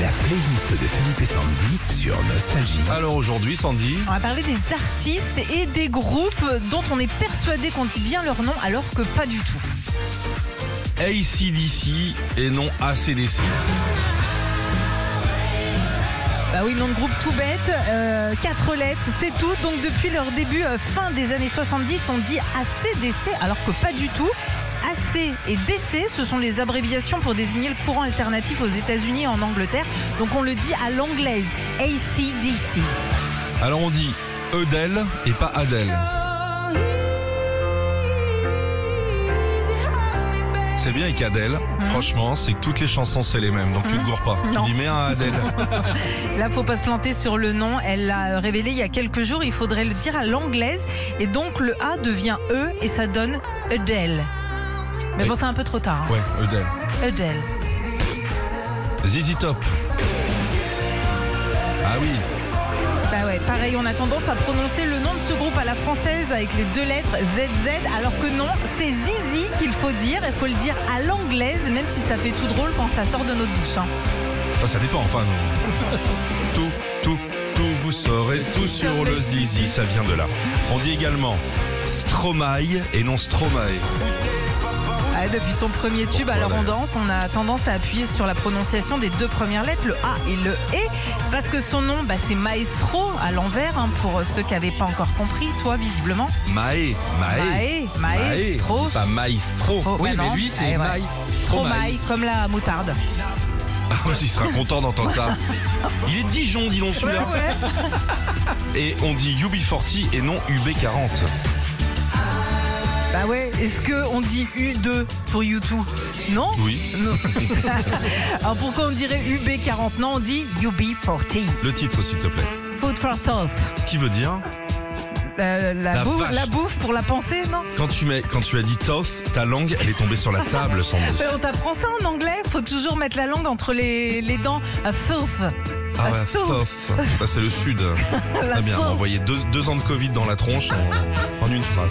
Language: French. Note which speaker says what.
Speaker 1: La playlist de Philippe et Sandy sur Nostalgie.
Speaker 2: Alors aujourd'hui, Sandy,
Speaker 3: On va parler des artistes et des groupes dont on est persuadé qu'on dit bien leur nom alors que pas du tout.
Speaker 2: ACDC et non ACDC.
Speaker 3: Bah oui, nom de groupe tout bête, euh, quatre lettres, c'est tout. Donc depuis leur début, euh, fin des années 70, on dit ACDC alors que pas du tout. AC et DC, ce sont les abréviations pour désigner le courant alternatif aux États-Unis et en Angleterre. Donc on le dit à l'anglaise, ACDC.
Speaker 2: Alors on dit Eudel et pas Adèle. C'est bien avec Adèle, franchement, c'est que toutes les chansons c'est les mêmes, donc tu te gourres pas.
Speaker 3: Non.
Speaker 2: Tu dis mais un Adèle.
Speaker 3: Là, faut pas se planter sur le nom. Elle l'a révélé il y a quelques jours. Il faudrait le dire à l'anglaise. Et donc, le A devient E et ça donne Adele. Mais bon, c'est un peu trop tard. hein.
Speaker 2: Ouais, Eudel.
Speaker 3: Adele.
Speaker 2: ZZ Top. Ah oui,
Speaker 3: Bah ouais, pareil, on a tendance à prononcer le nom de ce groupe à la française avec les deux lettres ZZ, alors que non, c'est Zizi qu'il faut dire. Il faut le dire à l'anglaise, même si ça fait tout drôle quand ça sort de notre bouche. hein.
Speaker 2: Enfin, Ah, ça dépend, enfin. non. tout, tout, tout, vous saurez tout sur le zizi, ça vient de là. On dit également Stromae et non Stromae.
Speaker 3: Ouais, Ah, depuis son premier tube, alors on danse, on a tendance à appuyer sur la prononciation des deux premières lettres, le A et le E, parce que son nom, bah, c'est Maestro à l'envers, hein, pour ceux qui n'avaient pas encore compris, toi visiblement.
Speaker 2: Maé, Maé.
Speaker 3: Maé, maestro.
Speaker 2: c'est Pas maestro.
Speaker 3: Oh,
Speaker 4: Oui,
Speaker 3: bah
Speaker 4: mais
Speaker 3: non.
Speaker 4: lui, c'est
Speaker 3: Eh ouais.
Speaker 4: Maï.
Speaker 3: Stromae, comme la moutarde.
Speaker 2: Ah, il sera content d'entendre ça. Il est de Dijon, dis donc celui-là. Et on dit UB40 et non UB40.
Speaker 3: Bah ouais, est-ce qu'on dit U2 pour U2 Non
Speaker 2: Oui.
Speaker 3: Non. alors pourquoi on dirait UB40 Non, on dit UB40.
Speaker 2: Le titre, s'il te plaît.
Speaker 3: Food for thought.
Speaker 2: Ce qui veut dire,
Speaker 3: La, la
Speaker 2: La
Speaker 3: bouffe,
Speaker 2: vache.
Speaker 3: la bouffe pour la pensée, non
Speaker 2: quand tu, mets, quand tu as dit tof, ta langue, elle est tombée sur la table, Sandy.
Speaker 3: Euh, On t'apprend ça en anglais, faut toujours mettre la langue entre les, les dents. Euh, La sauce.
Speaker 2: Ah ouais,
Speaker 3: La sauce.
Speaker 2: tof. Ça, c'est le sud.
Speaker 3: La
Speaker 2: Très bien, on
Speaker 3: sauce.
Speaker 2: m'a envoyé deux, deux ans de Covid dans la tronche en- en une phrase.